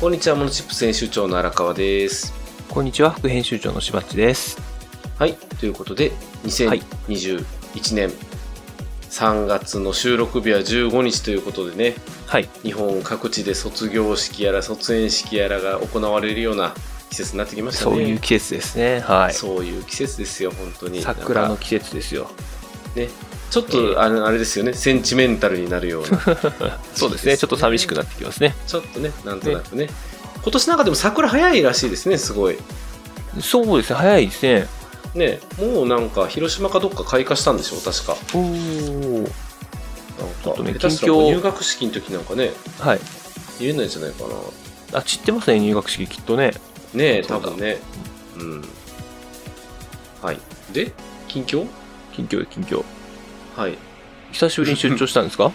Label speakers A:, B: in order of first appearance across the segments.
A: こんにちは、モノチップス編集長の荒川です。
B: こんにちは、副編集長のしばっちです。
A: はい、ということで、
B: はい
A: 2021年3月の収録日は15日ということでね、
B: はい、
A: 日本各地で卒業式やら卒園式やらが行われるような季節になってきましたね。
B: そういう季節ですね。はい。
A: そういう季節ですよ、本当に。
B: 桜
A: なん
B: の
A: か
B: 季節ですよ。
A: ね、ちょっとあれあれですよね、センチメンタルになる ような。
B: そうですね。ちょっと寂しくなってきますね。
A: ちょっとね、なんとなくね。今年なんかでも桜早いらしいですね、すごい。
B: そうですね。早いですね。
A: ね、もうなんか広島かどっか開花したんでしょう、確か。
B: おお。
A: なんか
B: ちょっとね
A: 下手したら
B: 近況
A: 入学式の時なんかね、
B: はい。
A: 見れないんじゃないかな。
B: あ、散ってますね。入学式きっとね。
A: ねえ、
B: そ
A: 多
B: うだ
A: 分ね。うん。はい。で、近況
B: 近況近況。
A: はい。
B: 久しぶりに出張したんですか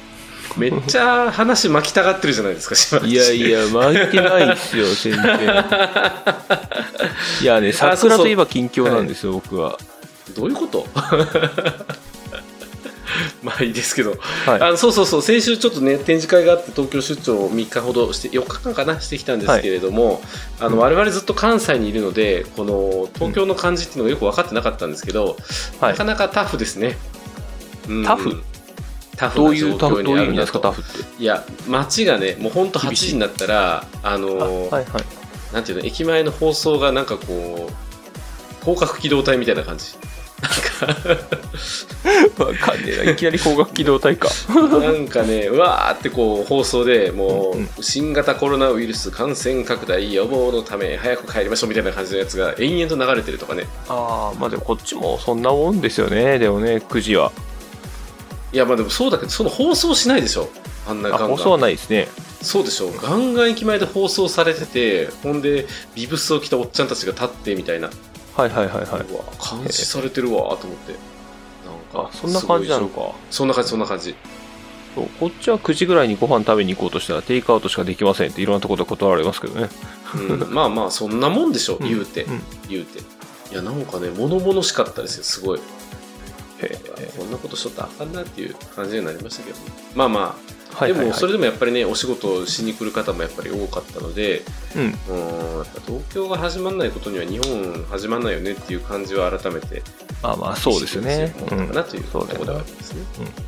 A: めっちゃ話巻きたがってるじゃないですか、島地
B: いやい。や、巻いてない ですよ、全然。いやね、
A: あそうそう
B: 桜といえば近況なんですよ、僕は。
A: どういうこと まあいいですけど、
B: はい。
A: あのそうそうそう先週ちょっとね展示会があって東京出張を3日ほどして4日間かなしてきたんですけれども、あの我々ずっと関西にいるのでこの東京の感じっていうのがよく分かってなかったんですけど、
B: はい
A: なかなかタフですね、うん
B: タフ
A: タフ
B: ど
A: な
B: ういう
A: 状
B: タ
A: 況
B: フ、ど
A: に
B: ういう
A: あ
B: 意
A: る
B: 味なん
A: な
B: ですか、
A: と
B: タフって。
A: いや街がねもう本当8
B: 厳しい
A: 時になったらあの
B: あはいはい。
A: なんていうの駅前の放送がなんかこう広角機動隊みたいな感じ
B: わかんねえな。いきなり高額機動隊か。
A: なんかね、うわーってこう放送でも
B: うん
A: う新型コロナウイルス感染拡大予防のため早く帰りましょうみたいな感じのやつが延々と流れてるとかね
B: ああまあでもこっちもそんなもんですよねでもね9時はい
A: やまあでもそうだけどその放送しないでしょあんな
B: あ
A: ガンガ
B: 放
A: ン
B: 送はないですね
A: そうでしょガンガン駅前で放送されててほんでビブスを着たおっちゃんたちが立ってみたいな、
B: はいはいはいはいう
A: わ監視されてるわーと思ってなん
B: あ
A: か
B: そんな感じなの
A: す
B: か
A: ごいそんな感じそんな感じ
B: そうこっちは9時ぐらいにご飯食べに行こうとしたらテイクアウトしかできませんっていろんなところで断られますけどね
A: うん、まあまあそんなもんでしょ
B: うん
A: 言うて、
B: うん
A: 言うていやなんかね物々しかったですよすごい
B: へ
A: こんなことしとったらあかんなっていう感じになりましたけどまあまあ
B: はい
A: で
B: はい
A: も
B: はい
A: それでもやっぱりねお仕事をしに来る方もやっぱり多かったので
B: うん
A: うーんやっぱ東京が始まらないことには日本始まらないよねっていう感じは改めて
B: まあまあそうですよね
A: 意識してもらったかなというと
B: そうだよ
A: ころ
B: ね
A: ではありますね、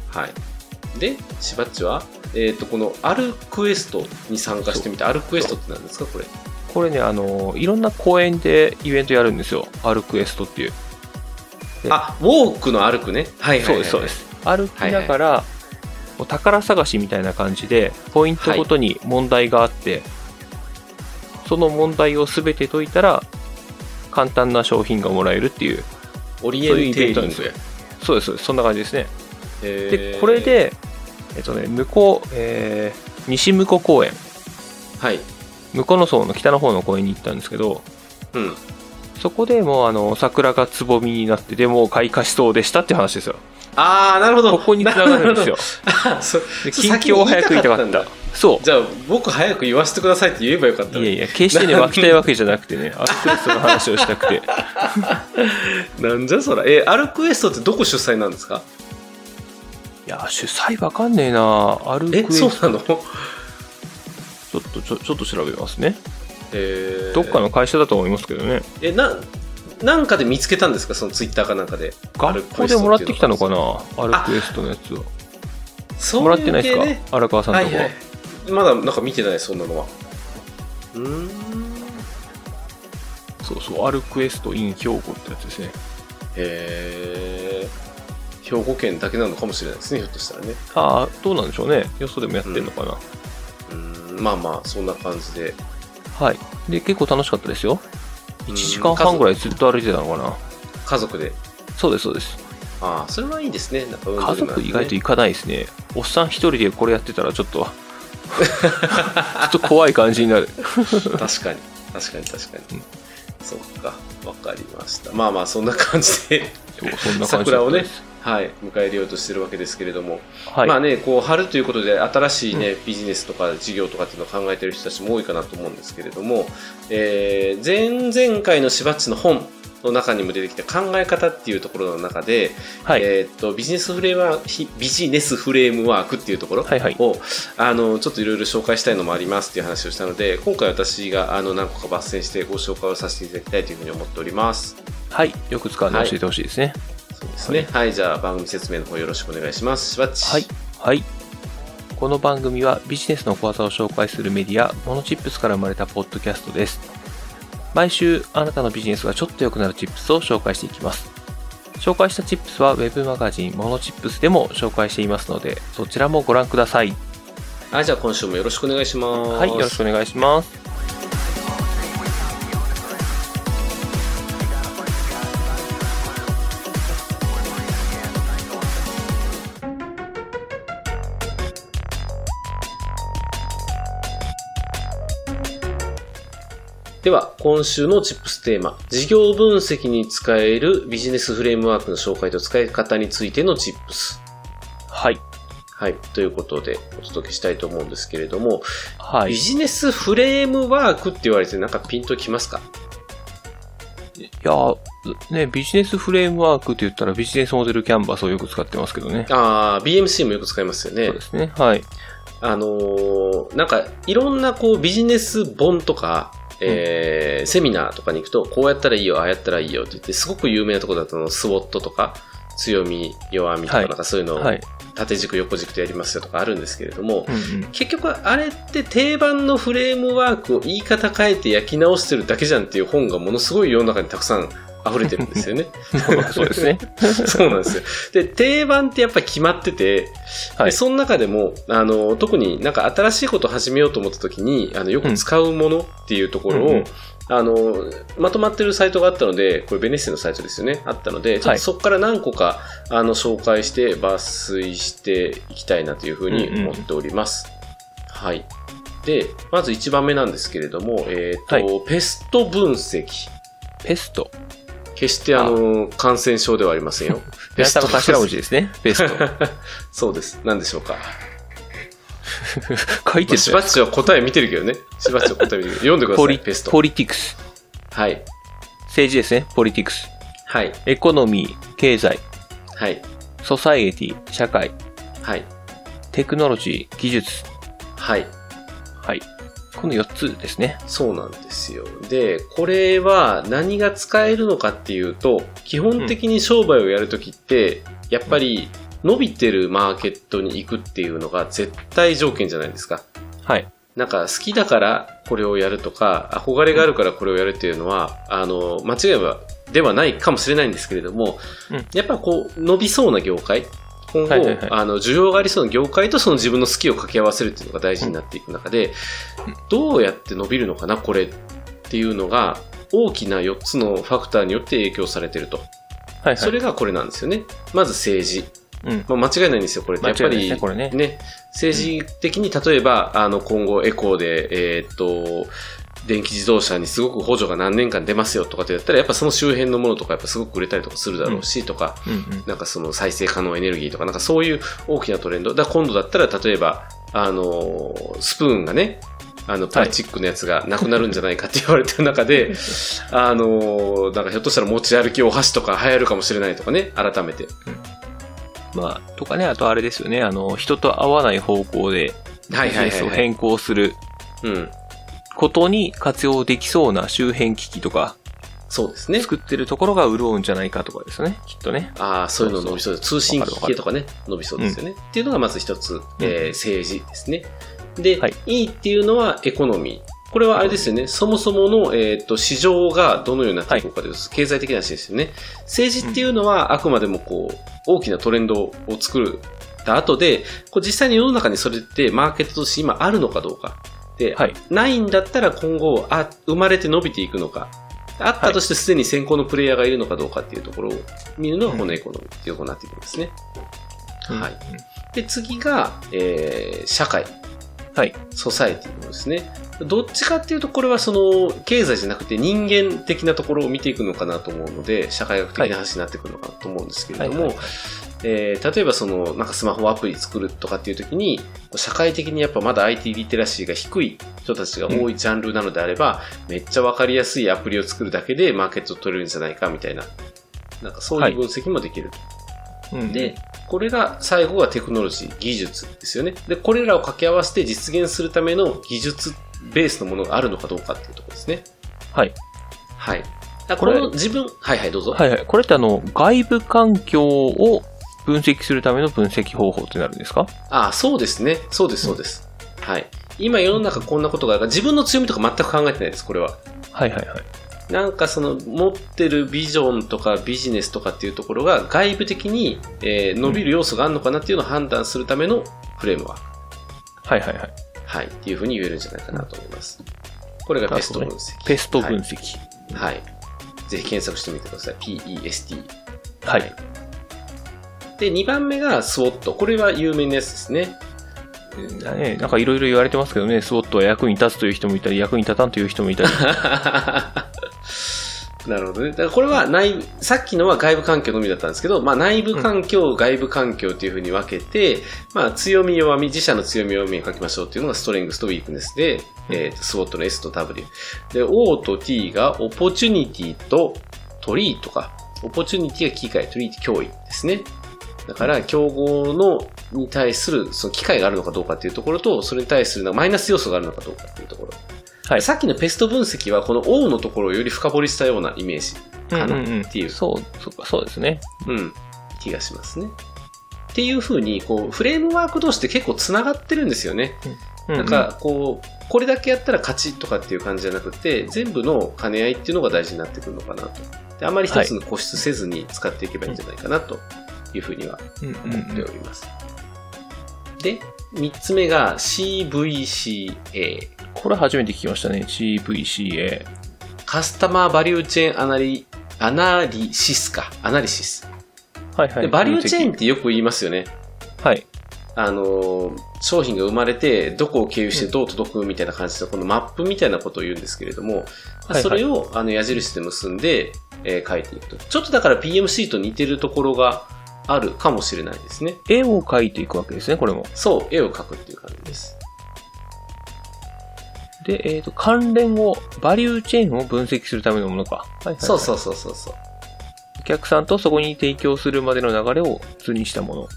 A: はいでしばっちは、えー、とこのアルクエストに参加してみてアルクエストって何ですかこれ
B: これねあのいろんな公園でイベントやるんですよアルクエストっていうで
A: あウォークの歩くねはいはいはい、はい、
B: そうですそうです歩きながら、お宝探しみたいな感じでポイントごとに問題があって、その問題を全て解いたら簡単な商品がもらえるっていう
A: オリエンテーリング
B: そういうイベントなんですよそうですそうですそんな感じですね
A: へー
B: でこれでえっとね向こう、えー西向こう公園
A: はい
B: 向こうの層の北の方の公園に行ったんですけど
A: うん
B: そこでもうあの桜がつぼみになってでもう開花しそうでしたっていう話ですよ
A: ああなるほど
B: ここにつながる ん ですよ
A: あそう
B: で
A: そ
B: 近況を早く言いたか
A: 先
B: っ
A: に言い
B: た
A: たか
B: そう
A: じゃあ僕早く言わせてくださいって言えばよかったの
B: いや
A: に
B: いや、決してね、湧きたいわけじゃなくて ね、アルクエストの話をしたくて。
A: なんじゃそらえアルクエストってどこ主催なんですか
B: いや、主催わかんねえなアルクエ
A: え
B: ス
A: そう
B: ト、
A: なの
B: ちょっと、ちょちょっと調べますね。
A: えー
B: どっかの会社だと思いますけどね。
A: えななんかで見つけたんですかそのツイッターかなんかで
B: 学校でもらってきたのかな
A: が
B: アルクエストのやつを。
A: そう
B: もらってないですか、
A: う系ね
B: 荒川さん
A: は
B: のと
A: い
B: こ。
A: はいまだなんか見てないそんなのはうーん
B: そうそう、アルクエスト in 兵庫ってやつですね。
A: へえ兵庫県だけなのかもしれないですねひょっとしたらね
B: ああ、どうなんでしょうね。よそでもやってんのかな。
A: うーんまあまあそんな感じで
B: はい。で、結構楽しかったですよ。1時間半ぐらいずっと歩いてたのかな。
A: 家族で
B: そうです、そうです。
A: ああそれはいいですねなんか運動
B: 家
A: にもなっ
B: 族
A: て
B: 意外と行かないですねおっさん一人でこれやってたらちょっと ちょっと怖い感じになる
A: 確かに確かに確かに、
B: うん
A: そっかわかりましたまあまあそんな感じで
B: そうそんな感じ
A: 桜をね
B: です
A: はい迎え入れようとしてるわけですけれども、
B: はい、
A: まあねこう春ということで新しいね、ビジネスとか事業とかっていうのを考えてる人たちも多いかなと思うんですけれども、えー前々回のしばっちの本の中にも出てきた考え方っていうところの中で、
B: はい。
A: えーっとビジネスフレームワークビジネスフレームワークっていうところを、
B: はいはい
A: あのちょっといろいろ紹介したいのもありますっていう話をしたので今回私があの何個か抜粋してご紹介をさせていただきたいというふうに思っております。
B: はい。よく使うの教えてほしいですね。
A: そうですね。はい、じゃあ番組説明の方よろしくお願いします。しばっち。
B: はい。はい。この番組はビジネスの小技を紹介するメディア、モノチップスから生まれたポッドキャストです。毎週、あなたのビジネスがちょっと良くなるチップスを紹介していきます。紹介したチップスは Web マガジン、モノチップスでも紹介していますので、そちらもご覧ください。
A: はい、じゃあ今週もよろしくお願いします。
B: はい。よろしくお願いします。
A: では、今週のチップステーマ、事業分析に使えるビジネスフレームワークの紹介と使い方についてのチップス。
B: はい。
A: はい。ということで、お届けしたいと思うんですけれども、
B: はい
A: ビ。ジネスフレームワークって言われてなんかピンときますか
B: いやーね、ビジネスフレームワークって言ったらビジネスモデルキャンバスをよく使ってますけどね。
A: ああ、BMC もよく使いますよね
B: そうで。すね。はい。
A: あのーなんか、いろんなこうビジネス本とか、えーセミナーとかに行くと、こうやったらいいよ、ああやったらいいよって言って、すごく有名なところだとあの、スウォットとか、強み、弱みとか、
B: はい
A: なんかそういうのを
B: はい。
A: 縦軸、横軸でやりますよとかあるんですけれども、
B: うんうん。
A: 結局あれって定番のフレームワークを言い方変えて焼き直してるだけじゃんっていう本がものすごい世の中にたくさん溢れてるんですよ ね。
B: そうですね。
A: そうなんですよ。で、定番ってやっぱり決まってて、
B: は
A: で
B: い。
A: その中でも、あの、特になんか新しいことを始めようと思った時に、あの、よく使うものっていうところを、
B: うんうん
A: あの、まとまってるサイトがあったので、これベネッセのサイトですよね、あったので、ちょっと
B: はい
A: そこから何個か、あの、紹介して抜粋していきたいなというふうに思っております。はい。で、まず1番目なんですけれども、えっ、と、
B: はい
A: ペスト分析。
B: ペスト。
A: 決してあの、感染症ではありませんよ。
B: ペストが頭文字ですね。ペスト。
A: そうです。何でしょうか。まあしば
B: 書いてるじゃない
A: っちは答え見てるけどね。しばっちは答え見てるけど。読んでくだ
B: ポ
A: さい、
B: リ
A: ペスト
B: ポ。リティクス。
A: はい。
B: 政治ですね。ポリティクス。
A: はい。
B: エコノミー、経済、
A: はい。
B: ソサイエティ、社会、
A: はい。
B: テクノロジー、技術。
A: はい。
B: はい。この4つですね。
A: そうなんですよ。で、これは何が使えるのかっていうと、基本的に商売をやるときって、やっぱり伸びてるマーケットに行くっていうのが絶対条件じゃないですか。
B: はい。
A: なんか好きだからこれをやるとか、憧れがあるからこれをやるっていうのは、あの、間違いはではないかもしれないんですけれども、
B: うん
A: やっぱこう、伸びそうな業界、今後、
B: はいはいはい
A: あの、需要がありそうな業界とその自分の好きを掛け合わせるっていうのが大事になっていく中で、どうやって伸びるのかな、これっていうのが、大きな4つのファクターによって影響されてると。
B: はいは
A: そ
B: い。
A: れがこれなんですよね。まず政治。
B: うん。
A: まあ、間違いないんですよ、これって。やっ
B: 間
A: ぱ
B: 違い
A: り
B: ないですね、これね。
A: ね、政治的に例えば、あの、今後エコーで、えーっと、電気自動車にすごく補助が何年間出ますよとかってやったら、やっぱその周辺のものとか、やっぱすごく売れたりとかするだろうし、とか、
B: うんうん。
A: なんかその再生可能エネルギーとか、なんかそういう大きなトレンド。だから今度だったら、例えば、あの、スプーンがね、あの、プラスチックのやつがなくなるんじゃないかって言われてる中 で、あの、なんかひょっとしたら持ち歩きお箸とか流行るかもしれないとかね、改めて。
B: まあ、とかね、あとあれですよね。あの、人と会わない方向で、
A: はいはい
B: ビジネ
A: は
B: ス
A: い、
B: を
A: はい。
B: 変更する
A: うん。
B: ことに活用できそうな周辺機器とか、
A: そうですね。
B: 作ってるところが潤うんじゃないかとかですね、きっとね。
A: ああ、そういうの伸びそうです。通信機器とかね、伸びそうですよね。っていうのがまず一つ、えー政治ですね。で、
B: はいい、
A: いっていうのはエコノミー。これはあれですよね。そもそもの、えっ、と、市場がどのようになっていくかというと、経済的な話ですよね。政治っていうのは、あくまでもこう、大きなトレンドを作る。後で、こう実際に世の中にそれってマーケットとして今あるのかどうか。で、
B: はい。
A: ないんだったら今後、あ、生まれて伸びていくのか。あったとしてすでに先行のプレイヤーがいるのかどうかっていうところを見るのがこのエコノミーっていうことになってくるんですね。はい
B: うん。
A: で、次が、えー社会、
B: はい。
A: ソサエティのですね。どっちかっていうと、これはその、経済じゃなくて人間的なところを見ていくのかなと思うので、社会学的な話になってくるのかなと思うんですけれども、
B: はいはい
A: えー例えばその、なんかスマホアプリ作るとかっていう時に、社会的にやっぱまだ IT リテラシーが低い人たちが多いジャンルなのであれば、めっちゃわかりやすいアプリを作るだけでマーケットを取れるんじゃないかみたいな、なんかそういう分析もできる。
B: うん
A: で、これが最後がテクノロジー、技術ですよね。で、これらを掛け合わせて実現するための技術ベースのものがあるのかどうかっていうところですね。
B: はい。
A: はい。あ
B: こ
A: こ
B: れ
A: れも自分、はいはい、どうぞ。
B: はいはい。これってあの、外部環境を分析するための分析方法ってなるんですか
A: ああ、そうですね。そうです、そうです。はい。今世の中こんなことがあるから、自分の強みとか全く考えてないです、これは。
B: はいはいはい。
A: なんかその持ってるビジョンとかビジネスとかっていうところが外部的に、えー伸びる要素があるのかなっていうのを判断するためのフレームワーク。
B: はいはいはい。
A: はい。っていうふうに言えるんじゃないかなと思います。これがベスト分析。
B: ペスト分
A: 析。
B: 析。
A: はい。ぜひ検索してみてください。PEST。
B: はい。
A: で、2番目が SWOT。これは有名なやつですね。
B: だね、なんかいろいろ言われてますけどね、スウォットは役に立つという人もいたり、役に立たんという人もい たり。
A: なるほどね。だからこれは内、さっきのは外部環境のみだったんですけど、まあ内部環境、外部環境というふうに分けて、まあ強み弱み、自社の強み弱みを書きましょうっていうのがストレングスとウィークネスで、えー、スウォットの S と W。で、O と T がオポチュニティとトリートか。オポチュニティが機会、トリート脅威ですね。だから、競合の、に対する、その機会があるのかどうかっていうところと、それに対するなんかマイナス要素があるのかどうかっていうところ。
B: はい。
A: さっきのペスト分析はこの O のところをより深掘りしたようなイメージかなっていう、
B: そう、そうか、そうですね。
A: うん、気がしますね。っていうふうに、こう、フレームワーク同士って結構つながってるんですよね。
B: な
A: なんか、こう、これだけやったら勝ちとかっていう感じじゃなくて、全部の兼ね合いっていうのが大事になってくるのかなと。であまり一つの固執せずに使っていけばいいんじゃないかなというふうには
B: うんうん
A: 思っております。で、三つ目が CVCA。
B: これ初めて聞きましたね。CVCA。
A: カスタマーバリューチェーンアナリ、アナリシスか。アナリシス。
B: はいはい。
A: で、バリューチェーン
B: ン
A: ってよく言いますよね。
B: はい。
A: あのー、商品が生まれて、どこを経由してどう届くみたいな感じの、このマップみたいなことを言うんですけれども、
B: いはい
A: それをあの矢印で結んで、えー書いていくと。ちょっとだから PMC と似てるところがあるかもしれないですね。
B: 絵を描いていくわけですね、これも。
A: そう、絵を描くっていう感じです。
B: で、えっ、と、関連を、バリューチェーンを分析するためのものか。はいはい、はい。
A: そうそうそうそうそう。
B: お客さんとそこに提供するまでの流れを図にしたもの、
A: うん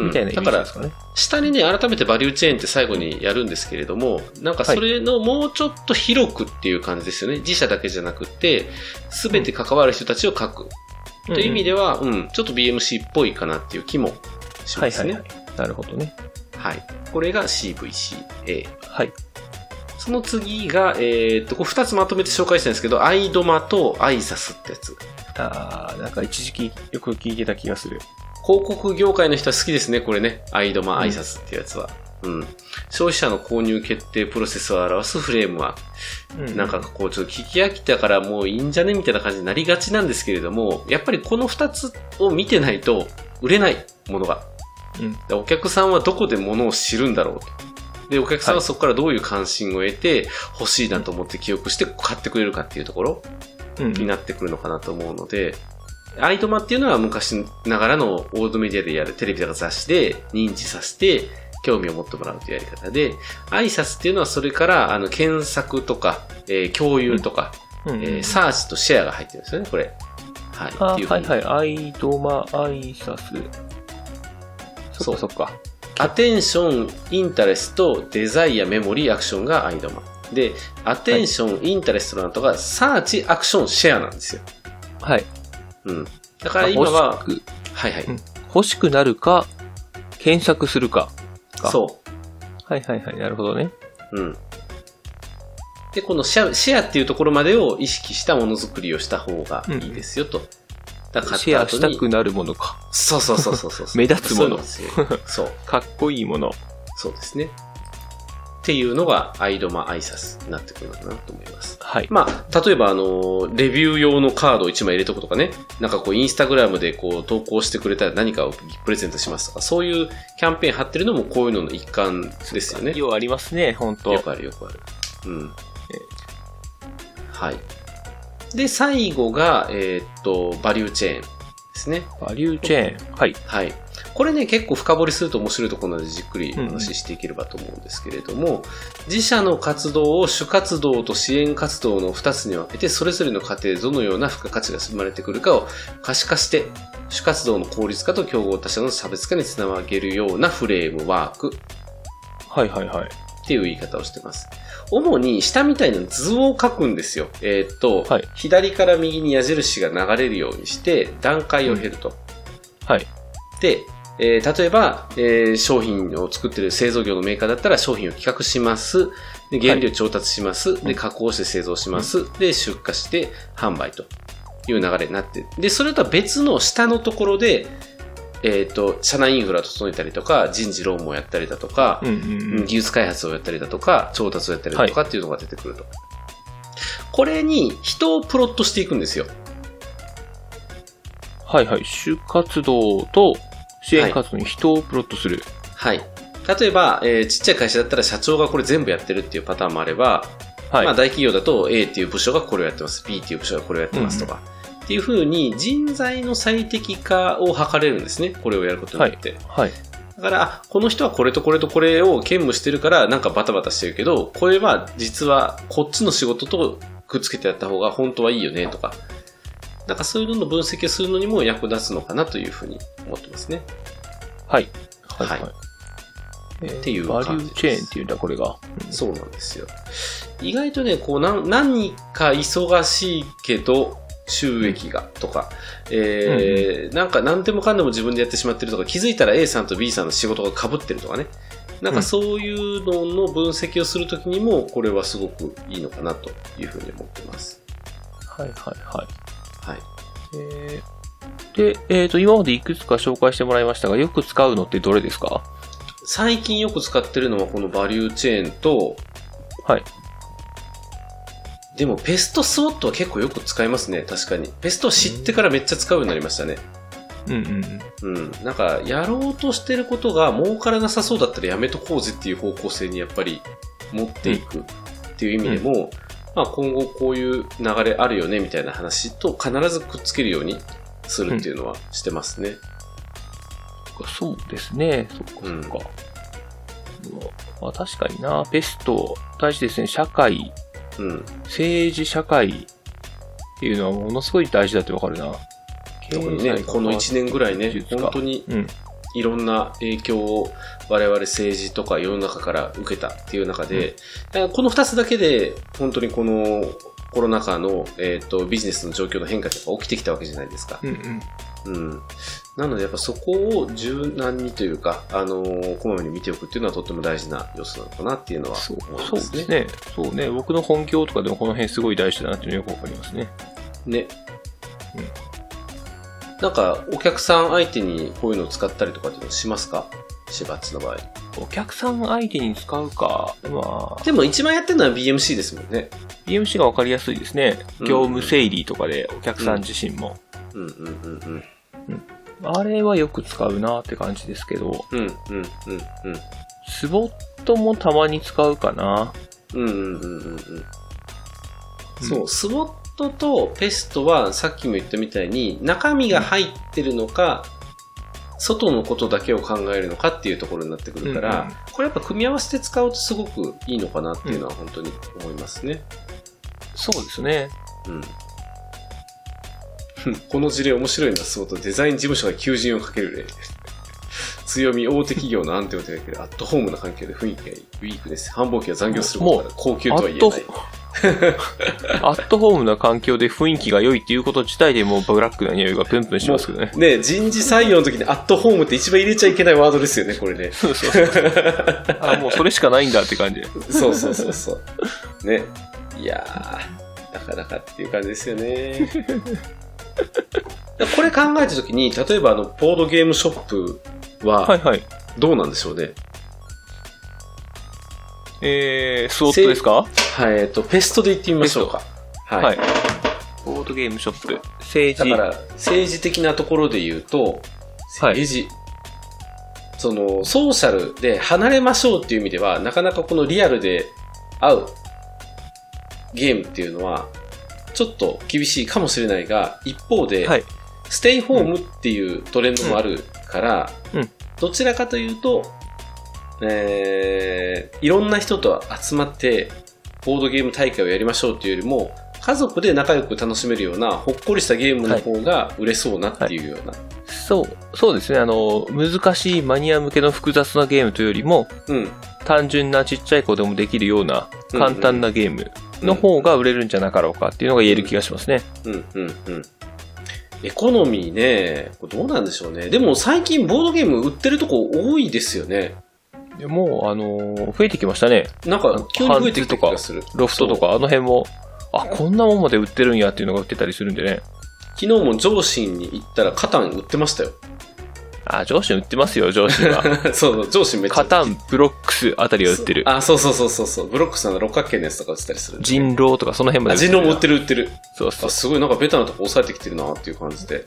B: みたいなイ
A: だか
B: メージで
A: ら
B: す、かね。
A: 下にね、改めてバリューチェーンって最後にやるんですけれども、なんかそれのもうちょっと広くっていう感じですよね。自社だけじゃなくて、すべて関わる人たちを書く。という意味
B: で、
A: では、うん、ちょっと BMC っぽいかなっていう気もし
B: は
A: ま
B: いは
A: す
B: い
A: ね。
B: は
A: はい
B: い。なるほどね。
A: これが CVCA。
B: はい。
A: その次が、えーっと、これ2つまとめて紹介したんですけど、アイドマとアイサスってやつ。
B: あーなんか一時期よく聞いてた気がする。
A: 広告業界の人は好きですね、これね。アイドマ
B: うん
A: 挨拶ってやつは。うん。消費者の購入決定プロセスを表すフレームワーク。なんかこう、ちょっと聞き飽きたからもういいんじゃねみたいな感じになりがちなんですけれども、やっぱりこの2つを見てないと売れないものが。
B: うん
A: でお客さんはどこでものを知るんだろうと。で、お客さんはそこからどういう関心を得て、欲しいなと思って記憶して買ってくれるかっていうところ。
B: うん、
A: になってくるのかなと思うので、アイドマっていうのは昔ながらのオールドメディアでやるテレビとか雑誌で認知させて興味を持ってもらうというやり方で、挨拶っていうのはそれからあの検索とか、えー共有とか、
B: うん
A: えーサーチとシェアが入ってるんですよね、これ。はい。
B: あ
A: っていうふう
B: はい
A: に
B: はい。アイドマ、アイサス。そっかそっか。
A: アテンション、インタレスト、デザイア、メモリー、アクションがアイドマ。で、アテンション、インタレストなんとか、サーチ、アクション、シェアなんですよ。
B: はい。
A: うん。だから今は、
B: 欲しく
A: はいはい。
B: 欲しくなるか、検索するか。か
A: そう。
B: はいはいはい。なるほどね。
A: うん。で、このシェアシェアっていうところまでを意識したものづくりをした方がいいですよと。だから
B: シェアした
A: 後に
B: くなるものか。
A: そうそうそうそうそうそう。
B: 目立つもの
A: そういうのですよそう、
B: かっこいいもの。
A: そうですね。っていうのが、アイドマ挨拶になってくるのかなと思います。
B: はい。
A: まあ、例えば、あの、レビュー用のカードを1枚入れとくとかね、なんかこう、インスタグラムでこう、投稿してくれたら何かをプレゼントしますとか、そういうキャンペーン貼ってるのもこういうのの一環ですよね。
B: ようありますね、本当
A: よくあるよくある。うん。はい。で、最後が、えーっと、バリューチェーンでですね。
B: バリューチェーン。はい。
A: はい。これね、結構深掘りすると面白いところなので、じっくりお話ししていければと思うんですけれども、自社の活動を主活動と支援活動の2つに分けて、それぞれの過程でどのような付加価値が生まれてくるかを可視化して、主活動の効率化と競合他社の差別化につなげるようなフレームワーク
B: はいはいはい。
A: っていう言い方をしてます。主に下みたいな図を書くんですよ。えーっと、
B: はい
A: 左から右に矢印が流れるようにして、段階を経ると。
B: はい。
A: で、えー例えば、えー商品を作ってる製造業のメーカーだったら商品を企画します。で原料調達します。
B: う
A: で、
B: ん
A: 加工して製造します。で、出荷して販売という流れになって。で、それとは別の下のところで、えーっ、と、社内インフラ整えたりとか、人事労務をやったりだとか、
B: うんうんう
A: うん
B: ん。
A: 技術開発をやったりだとか、調達をやったりだとかっていうのが出てくると。これに人をプロットしていくんですよ。
B: はいはい。主活動と支援活動に人をプロットする。
A: はい。例えば、えーちっちゃい会社だったら社長がこれ全部やってるっていうパターンもあれば、
B: はい。
A: まあ大企業だと A っていう部署がこれをやってます、B っていう部署がこれをやってますとか、っていうふうに人材の最適化を図れるんですね。これをやることによって。
B: はい。
A: だから、あこの人はこれとこれとこれを兼務してるから、なんかバタバタしてるけど、これは実はこっちの仕事とくっつけてやった方が本当はいいよねとか、なんかそういうのの分析をするのにも役立つのかなというふうに思ってますね。
B: はい。
A: はい
B: はい。えー
A: っていう
B: バリュ
A: 感じ
B: ー
A: です
B: チェーンっていうんだ、これが。うん
A: そうなんですよ。意外とね、こう、なん何か忙しいけど、収益がとか、えーなんか何でもかんでも自分でやってしまってるとか、気づいたら A さんと B さんの仕事が被ってるとかね。なん
B: う
A: か
B: ん
A: そういうのの分析をするときにも、これはすごくいいのかなというふうに思ってます。
B: はいはいはい。
A: はい。
B: えーで、えっ、と、今までいくつか紹介してもらいましたが、よく使うのってどれですか
A: 最近よく使ってるのはこのバリューチェーンと、
B: はい。
A: でもペストスウォットは結構よく使いますね、確かに。ペストを知ってからめっちゃ使うようになりましたね。
B: うんうんうん。
A: うん、なんかやろうとしてることが儲からなさそうだったらやめとこうぜっていう方向性にやっぱり持っていくっていう意味でも、まあ、今後こういう流れあるよねみたいな話と必ずくっつけるようにするっていうのはしてますね。
B: そうですね。そっかそっか。まあ確かにな、ペスト、大事ですね。社会、
A: うん、
B: 政治社会っていうのはものすごい大事だってわかるな。
A: 特にね、この1年ぐらいね、本当
B: に。
A: に
B: うん。
A: いろんな影響を我々政治とか世の中から受けたっていう中で、だからこの2つだけで本当にこのコロナ禍の、えー、とビジネスの状況の変化とか起きてきたわけじゃないですか。
B: うんうん。
A: うん、なので、やっぱそこを柔軟にというか、あのーこまめに見ておくっていうのはとっても大事な要素なのかなっていうのは
B: そう
A: 思い
B: そう
A: ま
B: ですす
A: ね。
B: ね。そうね。僕の本業とかでもこの辺すごい大事だなっていうのよくわかりますね。
A: ねなんか、お客さん相手にこういうのを使ったりとかっていうのしますかしばっちの場合。
B: お客さん相手に使うか、まあ、
A: でも一番やってるのは BMC ですもんね。
B: BMC がわかりやすいですね。
A: うん
B: 業務整理とかでお客さん自身も。
A: うんうんうんうん。
B: あれはよく使うなって感じですけど、
A: うんうんうんうん。
B: スボットもたまに使うかな。
A: うんうんうんうんうん。
B: う
A: そ
B: ん
A: う、スウォットとペストはさっきも言ったみたいに中身が入ってるのか、外のことだけを考えるのかっていうところになってくるから、
B: うんうん
A: これやっぱ組み合わせて使うとすごくいいのかなっていうのは本当に思いますね。
B: そうですね。
A: うん。 この事例面白いな、スウォット。デザイン事務所が求人をかける例。強み、大手企業の安定を手掛ける、アットホームな環境で雰囲気がいい、ウィークです。繁忙期は残業することから高級と
B: ア
A: は言
B: ッ
A: え
B: ト
A: ない。、
B: アットホ ームな環境で雰囲気が良いっていうこと自体でもうブラックな匂いがプンプンしますけどね。
A: ね、人事採用の時にアットホームって一番入れちゃいけないワードですよね、これね。
B: そうそうそうそう。 あ、もうそれしかないんだって感じ。
A: そうそうそうそう。 ね。いやー、なかなかっていう感じですよね。 これ考えた時に、例えばあの、ボードゲームショップ
B: は
A: はい
B: はい。
A: どうなんでしょうね。
B: えー、スボットですか
A: はい、えっと、ペストで言ってみましょうか。はい。
B: はい。ボードゲームショップ。政
A: だ
B: 治。
A: から、政治的なところで言うと、
B: はい
A: 政治、その、ソーシャルで離れましょうっていう意味では、なかなかこのリアルで会うゲームっていうのは、ちょっと厳しいかもしれないが、一方で、
B: はい。
A: ステイホームっていうトレンドもあるから、
B: うん
A: どちらかというと、えーいろんな人と集まって、ボードゲーム大会をやりましょうっていうよりも、家族で仲良く楽しめるような、ほっこりしたゲームの方が売れそうなっていうような。
B: そう、そうですね。あの、難しいマニア向けの複雑なゲームというよりも、
A: うん。
B: 単純なちっちゃい子でもできるような簡単なゲームの方が売れるんじゃなかろうかっていうのが言える気がしますね。
A: うん、うん、うん。エコノミーね、これどうなんでしょうね。でも最近ボードゲーム売ってるとこ多いですよね。
B: もう、あの、増えてきましたね。
A: なんか急に増えてきた気がする。
B: ロフトとか、あの辺も、あ、こんなもんまで売ってるんやっていうのが売ってたりするんでね。
A: 昨日も上信に行ったらカタン売ってましたよ。
B: あ、上司売ってますよ、上司は。
A: そう そう、上信めっちゃ売
B: カ
A: ってる。
B: タン、ブロックスあたりは売ってる。
A: あ、そうそうそうそうそう。ブロックさんの六角形のやつとか売ってたりする。
B: 人狼とかその辺ま
A: あ
B: で
A: 人狼も売って
B: る。
A: る売ってる。
B: そうそ
A: あ
B: う
A: すごいなんかベタなとこ抑えてきてるなっていう感じで。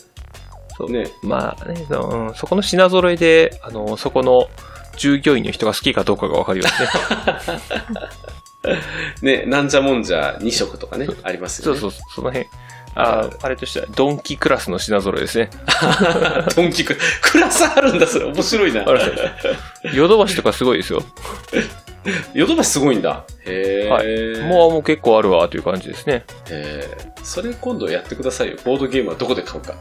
B: そう。
A: ね。
B: まあね、そのうんそこの品揃えで、あの、そこの従業員の人が好きかどうかがわかるよね。
A: ね、なんじゃもんじゃ2色とかね、あります
B: そ
A: よ
B: う
A: ね。
B: そうそう、その辺。ああれとしては、ドンキクラスの品揃えですね。
A: ドンキク、クラスあるんだ、それ。面白いな
B: あ。るヨドバシとかすごいですよ。
A: ヨドバシすごいんだ。へえ。
B: もう、もう結構あるわ、という感じですね。
A: えーそれ今度やってくださいよ。ボードゲームはどこで買うか。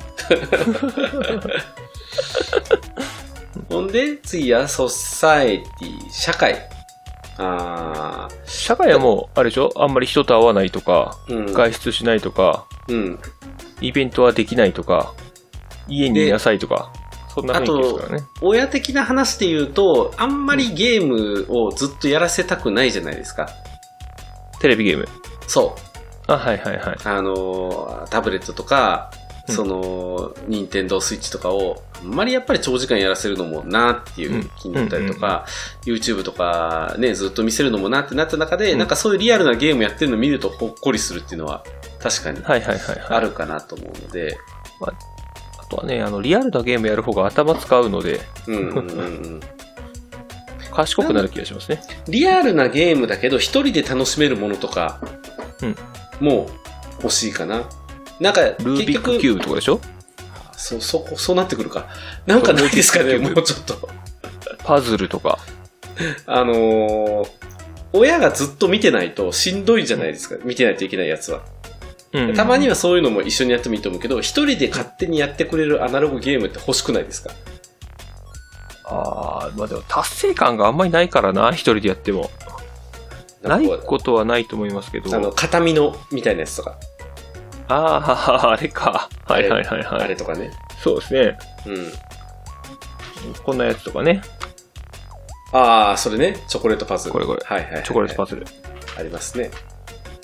A: ほんで、次は、ソサエティ、社会。あ
B: 社会はもう、あれでしょあんまり人と会わないとか、
A: ーうん。
B: 外出しないとか、
A: うん。
B: イベントはできないとか、家にいなさいとか、そんな雰囲気ですからね。
A: 親的な話で言うと、あんまりゲームをずっとやらせたくないじゃないですか。
B: テレビゲーム。
A: そう。
B: あ、はいはいはい。
A: あのー、タブレットとか、
B: うん
A: その、任天堂スイッチとかを、あんまりやっぱり長時間やらせるのもなっていう気になったりとか、YouTube とかね、ずっと見せるのもなってなった中で、
B: うん
A: なんかそういうリアルなゲームやってるの見るとほっこりするっていうのは、確かに
B: はいはいはい、はい。
A: あるかなと思うので、
B: あとはね、あの、リアルなゲームやる方が頭使うので、
A: うんうんうんうん。
B: 賢くなる気がしますね。
A: リアルなゲームだけど、一人で楽しめるものとか
B: うん、
A: もう欲しいかな。なんか、
B: ルー
A: 結
B: ビックキ
A: 局、
B: ューブとかでしょ
A: そ、そこ、そうなってくるか。なんかないですかね、
B: ルービックキュー
A: も
B: ブ
A: うちょっと。
B: パズルとか。
A: あのー親がずっと見てないとしんどいじゃないですか。見てないといけないやつは。
B: うん
A: たまに
B: は。
A: はそういうのも一緒にやってもいいと思うけど、一人で勝手にやってくれるアナログゲームって欲しくないですか
B: ああ、まあでも達成感があんまりないからな、一人でやっても。なんい
A: かこ
B: ことはないと思いますけ
A: うあの、
B: ど。
A: 形見のみたいなやつとか、
B: ああ、あれか。はいはいはいは
A: あれ
B: い。
A: とかね。
B: そうですね。
A: うん。
B: こんなやつとかね。
A: ああ、それね。チョコレートパズル。
B: これこれ
A: はいはい、はい。
B: チョコレートパズル。
A: ズル。ありますね。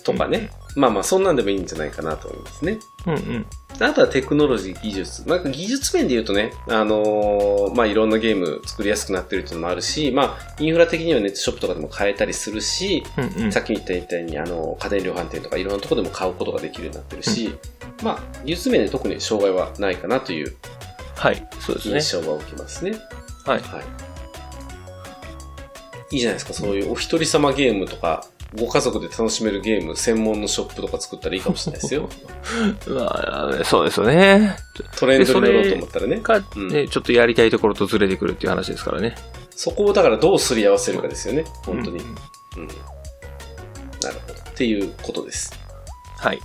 A: とかね。まあまあ、そんなんでもいいんじゃないかなと思いますね。
B: うんうん。
A: あとはテクノロジー、技術。なんか技術面で言うとね、あのーまあ、いろんなゲーム作りやすくなってるっていうのもあるし、まあ、インフラ的にはネットショップとかでも買えたりするし、
B: うんうん
A: さ。っき言ったみたいに、あの、家電量販店とかいろんなとこでも買うことができるようになってるし、まあ、技術面で特に障害はないかなという
B: はい。そうですね。
A: 印象が起きますね。
B: はい。
A: いいじゃないですか、そういうお一人様ゲームとか、ご家族で楽しめるゲーム専門のショップとか作ったらいいかもしれないです よ。
B: まあ、そうですよね。
A: トレンドに乗ろうと思ったらね。
B: か、
A: うん
B: ね、ちょっとやりたいところとずれてくるっていう話ですからね。
A: そこをだからどうすり合わせるかですよね、本当に。
B: うんうん
A: うん。なるほど。っていうことです。
B: はい。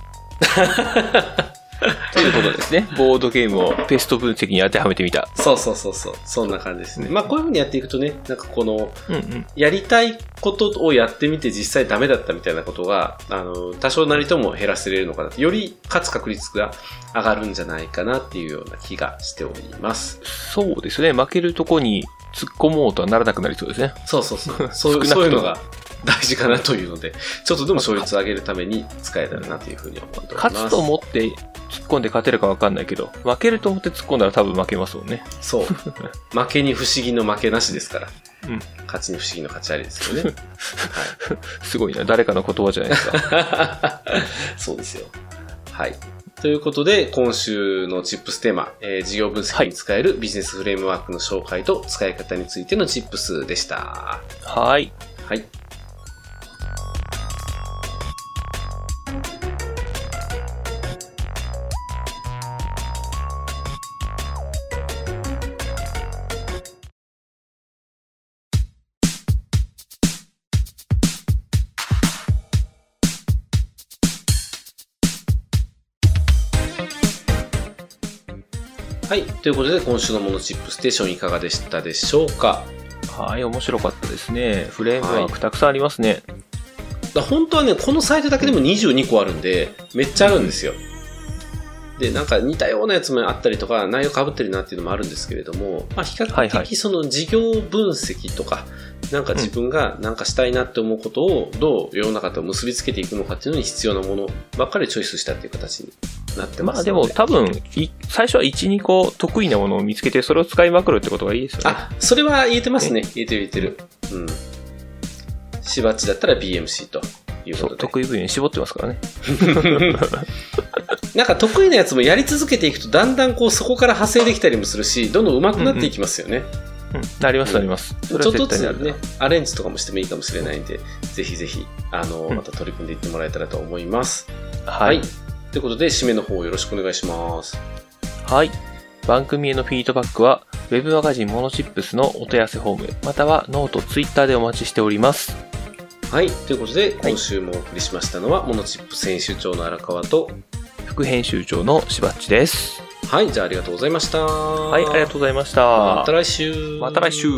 B: ということですね。ボードゲームをペスト分析に当てはめてみた。
A: そうそうそうそう。そんな感じですね。まあこういうふうにやっていくとね、なんかこの、
B: うんうん。
A: やりたいことをやってみて実際ダメだったみたいなことが、あの、多少なりとも減らせれるのかな。より勝つ確率が上がるんじゃないかなっていうような気がしております。
B: そうですね。負けるとこに突っ込もうとはならなくなりそうですね。
A: そうそう そう。そういう
B: 少なくと
A: そ
B: も
A: ういうのが大事かなというので、ちょっとでも勝率を上げるために使えたらなというふうに思っております。
B: 勝つと思って突っ込んで勝てるかわかんないけど、負けると思って突っ込んだら多分負けますもんね。
A: そう。負けに不思議の負けなしですから。
B: うん
A: 勝ちに不思議の勝ちありですけどね。
B: すごいな。誰かの言葉じゃない ですか。
A: そうですよ。はい。ということで、今週のチップステーマ、えー事業分析に使えるビジネスフレームワークの紹介と使い方についてのチップスでした。
B: はい。
A: はい。はい。ということで、今週のモノチップステーションいかがでしたでしょうか
B: はい、面白かったですね。フレームワークたくさんありますね。
A: だ本当はね、このサイトだけでも22個あるんで、めっちゃあるんですよ。で、なんか似たようなやつもあったりとか、内容被ってるなっていうのもあるんですけれども、まあ、比
B: はい
A: 較
B: は
A: 的
B: い
A: その事業分析とか、なんか自分がなんかしたいなって思うことをどう世の中と結びつけていくのかっていうのに必要なものばっかりチョイスしたっていう形になってま
B: ますあ
A: の
B: でも多分、い最初は1、2個得意なものを見つけて、それを使いまくるってことがいいですよね。
A: あ、それは言えてますね。言えてる言えてる。うん。しばっちだったら BMC という
B: そ
A: ことで。
B: う、得意分野に絞ってますからね。
A: なんか得意なやつもやり続けていくと、だんだんこうそこから派生できたりもするし、どんどん上手くなっていきますよね。
B: うん、なりますなります。それ
A: ちょ
B: は
A: っと
B: 絶対な
A: ずつ
B: るな
A: ね、アレンジとかもしてもいいかもしれないんで、ぜひぜひ、あの、
B: うん
A: また取り組んでいってもらえたらと思います。
B: はい。
A: ということで、締めの方よろしくお願いします。
B: はい。番組へのフィードバックは、ウェブマガジンモノチップスのお問い合わせフォーム、またはノート、ツイッターでお待ちしております。
A: はい。ということで、
B: い
A: 今週もお送りしましたのは、モノチップ編集長の荒川と、
B: 副編集長のしばっちです。
A: はい、じゃあありがとうございました。
B: は、
A: はい
B: ありがとうございまし
A: また来週。
B: また来週